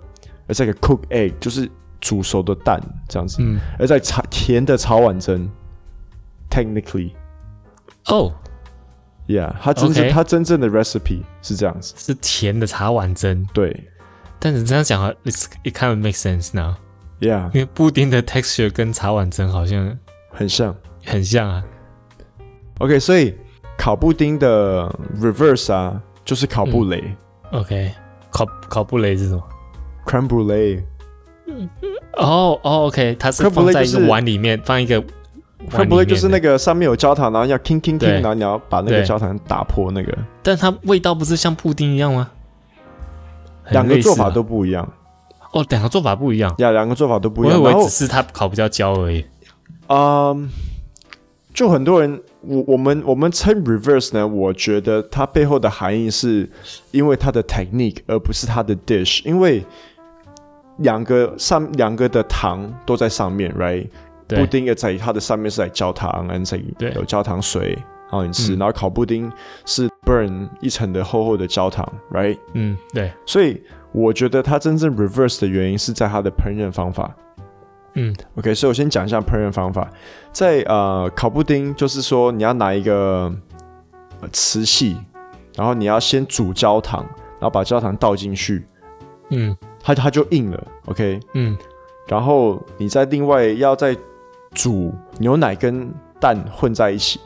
Speaker 1: ，it's like a cooked egg，就是煮熟的蛋这样子，
Speaker 2: 嗯，
Speaker 1: 而在茶甜的茶碗蒸，technically，yeah，
Speaker 2: 哦，
Speaker 1: 它真正
Speaker 2: OK
Speaker 1: 它真正的 recipe 是这样子，
Speaker 2: 是甜的茶碗蒸，
Speaker 1: 对
Speaker 2: 但是这样讲啊，it's it kind of makes sense now，
Speaker 1: ，yeah，
Speaker 2: 因为布丁的 texture 跟茶碗蒸好像
Speaker 1: 很像。
Speaker 2: 很像啊。
Speaker 1: OK，所以烤布丁的 reverse 啊，就是烤布
Speaker 2: 嗯
Speaker 1: 雷、
Speaker 2: OK，烤烤布雷是什么？
Speaker 1: c r e m e brulee。
Speaker 2: 哦哦，OK，它是
Speaker 1: Creme brulee
Speaker 2: 放在一
Speaker 1: 就
Speaker 2: 个
Speaker 1: 是
Speaker 2: 碗里面，放一个
Speaker 1: c r e m
Speaker 2: 碗
Speaker 1: e
Speaker 2: 里
Speaker 1: brulee
Speaker 2: 面
Speaker 1: 就是那
Speaker 2: 的，
Speaker 1: 个上面有焦糖，然后要 king king
Speaker 2: 对
Speaker 1: king，然后你要把那个
Speaker 2: 对
Speaker 1: 焦糖打破那个。
Speaker 2: 但它味道不是像布丁一样吗？很
Speaker 1: 两个
Speaker 2: 类似
Speaker 1: 做
Speaker 2: 啊
Speaker 1: 法都不一样
Speaker 2: 哦，两个做法不一样。
Speaker 1: 呀，两个做法都不一
Speaker 2: 我以
Speaker 1: 样。然
Speaker 2: 为
Speaker 1: 后
Speaker 2: 只，是它烤比较焦而已。
Speaker 1: 嗯，就很多人，我我们我们称 reverse 呢，我觉得它背后的含义是因为它的 technique，而不是它的 dish，因为两个上两个的糖都在上面，right？
Speaker 2: 对
Speaker 1: 布丁也在它的上面是在焦糖，然后在
Speaker 2: 对
Speaker 1: 有焦糖水，然后你吃，
Speaker 2: 嗯
Speaker 1: 然后烤布丁是 burn 一层的厚厚的焦糖，right？
Speaker 2: 嗯，对，
Speaker 1: 所以我觉得它真正 reverse 的原因是在它的烹饪方法。
Speaker 2: 嗯
Speaker 1: OK，所以我先讲一下烹饪方法，在呃烤布丁就是说你要拿一个呃瓷器，然后你要先煮焦糖，然后把焦糖倒进去，
Speaker 2: 嗯
Speaker 1: 它它就硬了，OK，
Speaker 2: 嗯
Speaker 1: 然后你再另外要再煮牛奶跟蛋混在一起，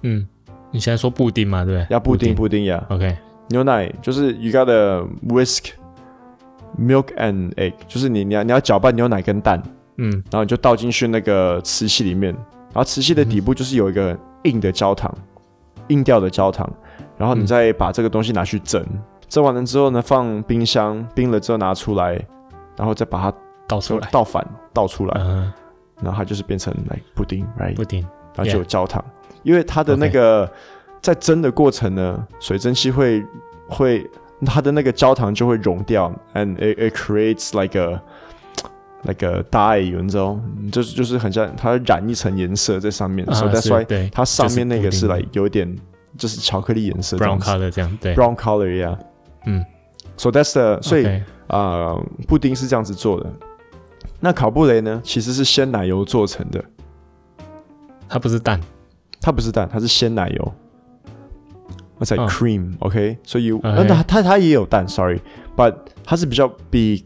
Speaker 2: 嗯。你现在说布丁嘛，对不对？
Speaker 1: 要布丁布丁呀，
Speaker 2: OK，
Speaker 1: 牛奶就是 you gotta whisk milk and egg，就是你你要你要搅拌牛奶跟蛋，
Speaker 2: 嗯
Speaker 1: 然后你就倒进去那个瓷器里面，然后瓷器的底部就是有一个硬的焦糖，硬掉的焦糖，然后你
Speaker 2: 嗯
Speaker 1: 再把这个东西拿去蒸，蒸完了之后呢，放冰箱，冰了之后拿出来，然后再把它
Speaker 2: 倒出来。
Speaker 1: 倒反倒出来，
Speaker 2: 嗯，
Speaker 1: 然后它就是变成来布丁，right？
Speaker 2: 布丁。
Speaker 1: 然后就有焦糖，因为它的那个在蒸的过程呢，水蒸气会会它的那个焦糖就会溶掉，and it it creates like a like a dye，你知道，就是就是很像它染一层颜色在上面，
Speaker 2: 啊
Speaker 1: 所以 that's
Speaker 2: 是
Speaker 1: why
Speaker 2: 对
Speaker 1: 它上面那个
Speaker 2: 就是是布丁
Speaker 1: 来有点就是巧克力颜色这样
Speaker 2: ，brown
Speaker 1: 子
Speaker 2: color 这样，对
Speaker 1: brown color yeah，
Speaker 2: 嗯
Speaker 1: ，so that's the 所以
Speaker 2: OK，
Speaker 1: 啊、布丁是这样子做的。那烤布雷呢，其实是鲜奶油做成的，
Speaker 2: 它不是蛋，
Speaker 1: 它不是蛋，它是鲜奶油。That's like
Speaker 2: 嗯哎
Speaker 1: cream，OK？所以
Speaker 2: OK
Speaker 1: 呃那它它它也有蛋，sorry，but 它是比较比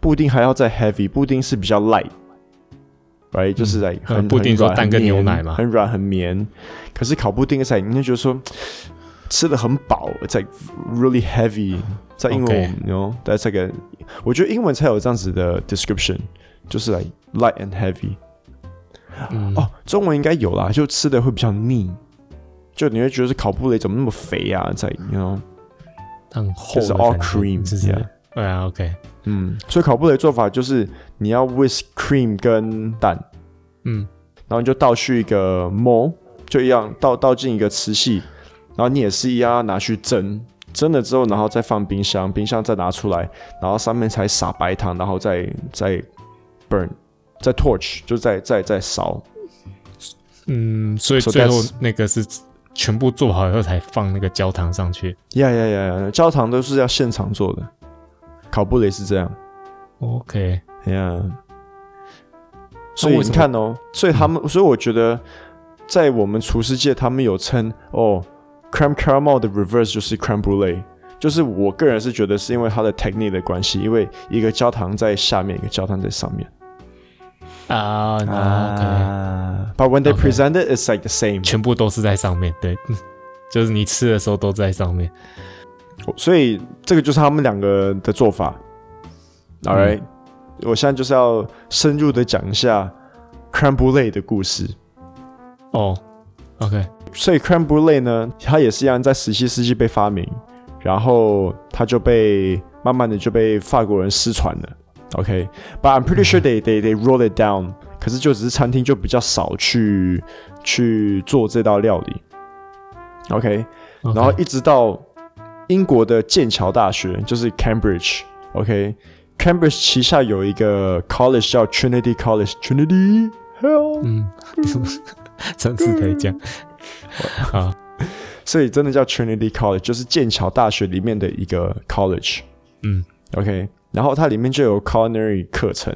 Speaker 1: 布丁还要再 heavy，布丁是比较 light，right？就是在
Speaker 2: 呃
Speaker 1: 很
Speaker 2: 布丁
Speaker 1: 很软
Speaker 2: 说蛋跟
Speaker 1: 很绵
Speaker 2: 牛奶嘛
Speaker 1: 很软很绵。可是烤布丁在，你就觉得说吃的很饱，it's like really heavy。在英文
Speaker 2: OK
Speaker 1: 我们，you know，在这个，我觉得英文才有这样子的 description，就是来 light and heavy。
Speaker 2: 嗯，
Speaker 1: 哦，中文应该有啦，就吃的会比较腻，就你会觉得是烤布雷怎么那么肥啊？在你 you know，
Speaker 2: 很
Speaker 1: 就
Speaker 2: 厚
Speaker 1: 是
Speaker 2: 的
Speaker 1: all
Speaker 2: 感觉
Speaker 1: cream，
Speaker 2: 就是
Speaker 1: yeah
Speaker 2: 对啊，OK，
Speaker 1: 嗯，所以烤布雷做法就是你要 whisk cream 跟蛋，
Speaker 2: 嗯
Speaker 1: 然后你就倒去一个 mold，就一样倒倒进一个瓷器，然后你也是一样要拿去蒸，蒸了之后然后再放冰箱，冰箱再拿出来，然后上面才撒白糖，然后再再 burn，再 torch，就再再再烧，
Speaker 2: 嗯，所以
Speaker 1: So
Speaker 2: 最后
Speaker 1: that's-
Speaker 2: 那个是全部做好以后才放那个焦糖上去。
Speaker 1: 呀呀呀呀！焦糖都是要现场做的，烤布雷是这样。
Speaker 2: OK，
Speaker 1: 哎呀，所以
Speaker 2: 为
Speaker 1: 你
Speaker 2: 什么嗯
Speaker 1: 看哦，所以他们，所以我觉得在我们厨师界，他们有称哦，creme caramel 的 reverse 就是 creme brulee，就是我个人是觉得是因为它的 technique 的关系，因为一个焦糖在下面，一个焦糖在上面。
Speaker 2: 啊那，OK，
Speaker 1: But when they
Speaker 2: OK
Speaker 1: present it, it's like the same.
Speaker 2: 全部都是在上面，对， 嗯就是你吃的时候都在上面。
Speaker 1: 所以这个就是他们两个的做法。All right，、我现在就是要深入的讲一下 creme brulee 的故事。
Speaker 2: 哦，OK，
Speaker 1: 所以 creme brulee 呢，它也是一样在十七世纪被发明，然后它就被慢慢的就被法国人失传了。OK，but、I'm pretty sure they they they roll it down。可是就只是餐厅就比较少去去做这道料理。OK，然后一直到英国的剑桥大学，就是 Cambridge，OK，Cambridge、 Cambridge 旗下有一个 college 叫 Trinity College Trinity Hell，
Speaker 2: 嗯， 上次才 讲，啊，
Speaker 1: 所以真的叫 Trinity College，就是剑桥大学里面的一个 college。
Speaker 2: 嗯
Speaker 1: OK，然后它里面就有 culinary 课程，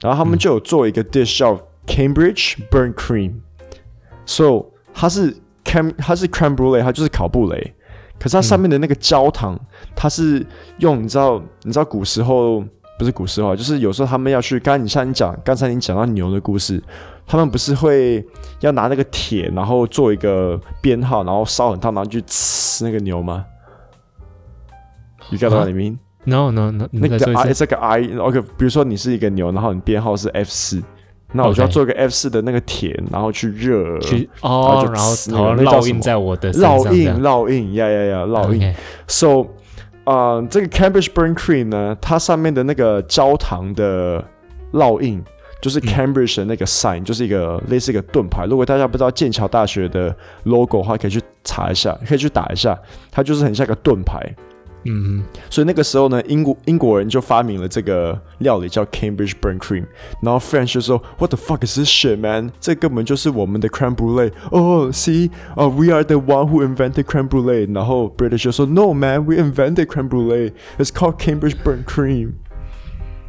Speaker 1: 然后他们就有做一个 dish 叫 Cambridge Burn Cream，so 它是 cam 它是 creme brulee，它就是烤布雷，可是它上面的那个焦糖，它是用你知道你知道古时候不是古时候啊，就是有时候他们要去，刚才你像你讲刚才你讲到牛的故事，他们不是会要拿那个铁，然后做一个编号，然后烧很烫，然后去呲那个牛吗？You got what I mean？
Speaker 2: ，no no no，你
Speaker 1: 那
Speaker 2: 再
Speaker 1: 个
Speaker 2: 说一
Speaker 1: I
Speaker 2: 次
Speaker 1: 嗯啊这个 I OK，比如说你是一个牛，然后你编号是 F 四，那我就要
Speaker 2: OK
Speaker 1: 做一个 F 四的那个铁，然后去热
Speaker 2: 去
Speaker 1: 然后
Speaker 2: 哦
Speaker 1: 啊就，
Speaker 2: 然后
Speaker 1: 呲那个
Speaker 2: 然后
Speaker 1: 那叫
Speaker 2: 烙
Speaker 1: 什
Speaker 2: 印
Speaker 1: 么
Speaker 2: 在我的身上
Speaker 1: 烙
Speaker 2: 这样
Speaker 1: 印，烙印，呀呀呀，烙印。
Speaker 2: OK，
Speaker 1: So，啊、这个 Cambridge Burn Cream 呢，它上面的那个焦糖的烙印，就是
Speaker 2: 嗯
Speaker 1: Cambridge 的那个 sign，、就是一个类似一个盾牌。如果大家不知道剑桥大学的 logo 的话，可以去查一下，可以去打一下，它就是很像一个盾牌。
Speaker 2: 嗯嗯
Speaker 1: 所以那个时候呢，英国英国人就发明了这个料理叫 Cambridge Burn Cream，然后 French 就说 What the fuck is this shit, man？这根本就是我们的 creme brulee。哦、oh,，see，啊、w e are the one who invented creme brulee。然后 British 就说 No, man, we invented creme brulee. It's called Cambridge Burn Cream。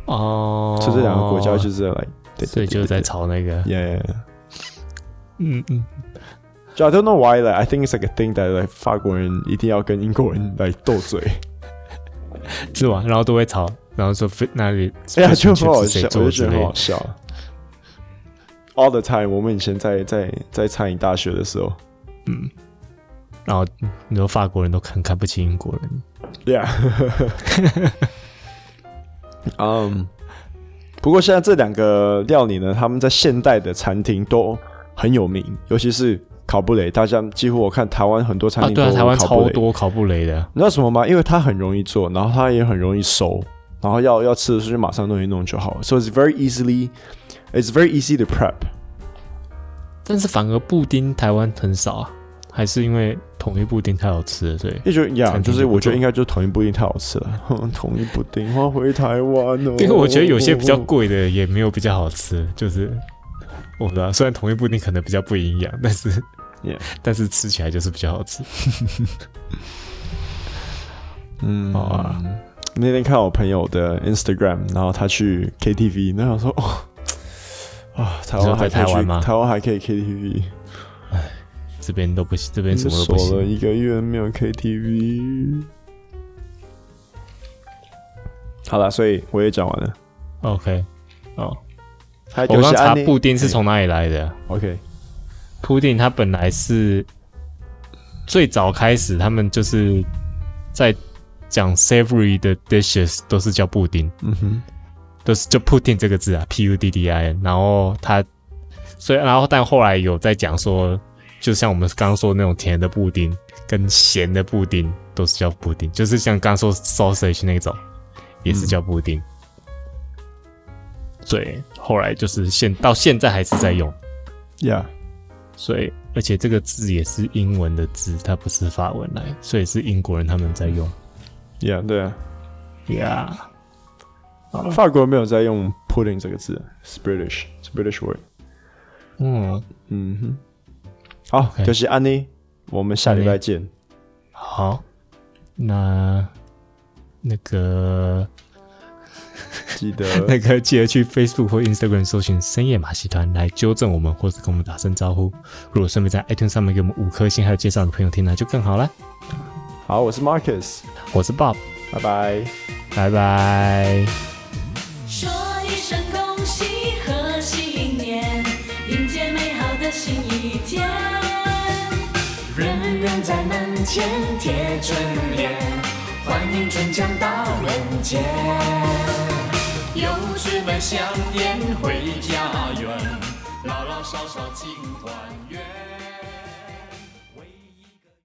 Speaker 2: 哦，
Speaker 1: 所以这两个国家就是在来，对
Speaker 2: 所以就是在吵那个，
Speaker 1: yeah, yeah, yeah.
Speaker 2: 嗯嗯，
Speaker 1: So I don't know why, like I think it's like a thing that like 法国人一定要跟英国人来斗嘴。
Speaker 2: 是吧？然后都会吵，然后说非那里，
Speaker 1: 哎呀，
Speaker 2: 这
Speaker 1: 就
Speaker 2: 群
Speaker 1: 很好
Speaker 2: 是谁
Speaker 1: 笑，
Speaker 2: 做
Speaker 1: 我就觉
Speaker 2: 的之
Speaker 1: 得
Speaker 2: 类
Speaker 1: 很
Speaker 2: 的
Speaker 1: 好笑。All the time，我们以前在在在餐饮大学的时候
Speaker 2: 然后嗯你说法国人都很看不起英国人，
Speaker 1: ，Yeah，嗯、不过现在这两个料理呢，他们在现代的餐厅都很有名，尤其是烤布雷，大家几乎我看台湾很多餐
Speaker 2: 啊，
Speaker 1: 厅都
Speaker 2: 对啊，台湾
Speaker 1: 有烤布
Speaker 2: 超
Speaker 1: 雷
Speaker 2: 多烤布雷的，
Speaker 1: 你知道什么吗？因为它很容易做，然后它也很容易熟，然后要要吃的时候就马上弄一弄就好了。So it's very easily, it's very easy to prep.
Speaker 2: 但是反而布丁台湾很少啊，还是因为统一布丁太好吃了，所以。
Speaker 1: 也就呀，
Speaker 2: 餐
Speaker 1: 就
Speaker 2: 厅
Speaker 1: 是
Speaker 2: 就不
Speaker 1: 我觉
Speaker 2: 错
Speaker 1: 得应该就是统一布丁太好吃了， 哼统一布丁我要回台湾哦。
Speaker 2: 因为我觉得有些比较贵的也没有比较好吃，就是我不知道，虽然同一布丁可能比较不营养，但是
Speaker 1: Yeah
Speaker 2: 但是吃起来就是比较好吃。
Speaker 1: 嗯
Speaker 2: 好啊。
Speaker 1: 那天看我朋友的 Instagram，然后他去 KTV，那想说哦，啊，台湾还可以
Speaker 2: 你说在台
Speaker 1: 去，
Speaker 2: 湾吗
Speaker 1: 台湾还可以 KTV，
Speaker 2: 这边都不行，这边什么都不
Speaker 1: 锁了
Speaker 2: 行。
Speaker 1: 一个月没有 KTV。好了，所以我也讲完了。
Speaker 2: OK，哦，
Speaker 1: 还
Speaker 2: 我
Speaker 1: 有
Speaker 2: 刚
Speaker 1: 些哎
Speaker 2: 查
Speaker 1: 案例
Speaker 2: 布丁是从哪里来的啊、
Speaker 1: OK，
Speaker 2: 铺垫，它本来是最早开始，他们就是在讲 savory 的 dishes 都是叫布丁，
Speaker 1: 嗯哼，
Speaker 2: 都是就 pudding 这个字啊，p u d d i n。然后它，所以然后但后来有在讲说，就像我们刚刚说的那种甜的布丁跟咸的布丁都是叫布丁，就是像刚刚说 sausage 那种也是叫布
Speaker 1: 嗯
Speaker 2: 丁。对，后来就是现到现在还是在用。
Speaker 1: 呀，
Speaker 2: 所以而且这个字也是英文的字，它不是法文来，所以是英国人他们在用。
Speaker 1: 呀，对啊，
Speaker 2: Yeah，
Speaker 1: 法国没有在用 pudding 这个字，it's British，it's British word。
Speaker 2: 嗯，
Speaker 1: 嗯哼，好，
Speaker 2: OK
Speaker 1: 就是安妮，我们下礼拜见。
Speaker 2: 好，那那个
Speaker 1: 记得
Speaker 2: 那个记得去 Facebook 或 Instagram 搜寻“深夜马戏团”来纠正我们，或是跟我们打声招呼。如果顺便在 iTunes 上面给我们五颗星，还有介绍你朋友听，那就更好了。
Speaker 1: 好，我是 Marcus，
Speaker 2: 我是 Bob，
Speaker 1: 拜拜。
Speaker 2: 拜拜。
Speaker 3: 说一声恭喜，贺喜迎年，迎接美好的新一天。人人在门前贴春联，欢迎春江到人间。
Speaker 4: 游子们香烟回家园，老老少少庆团圆。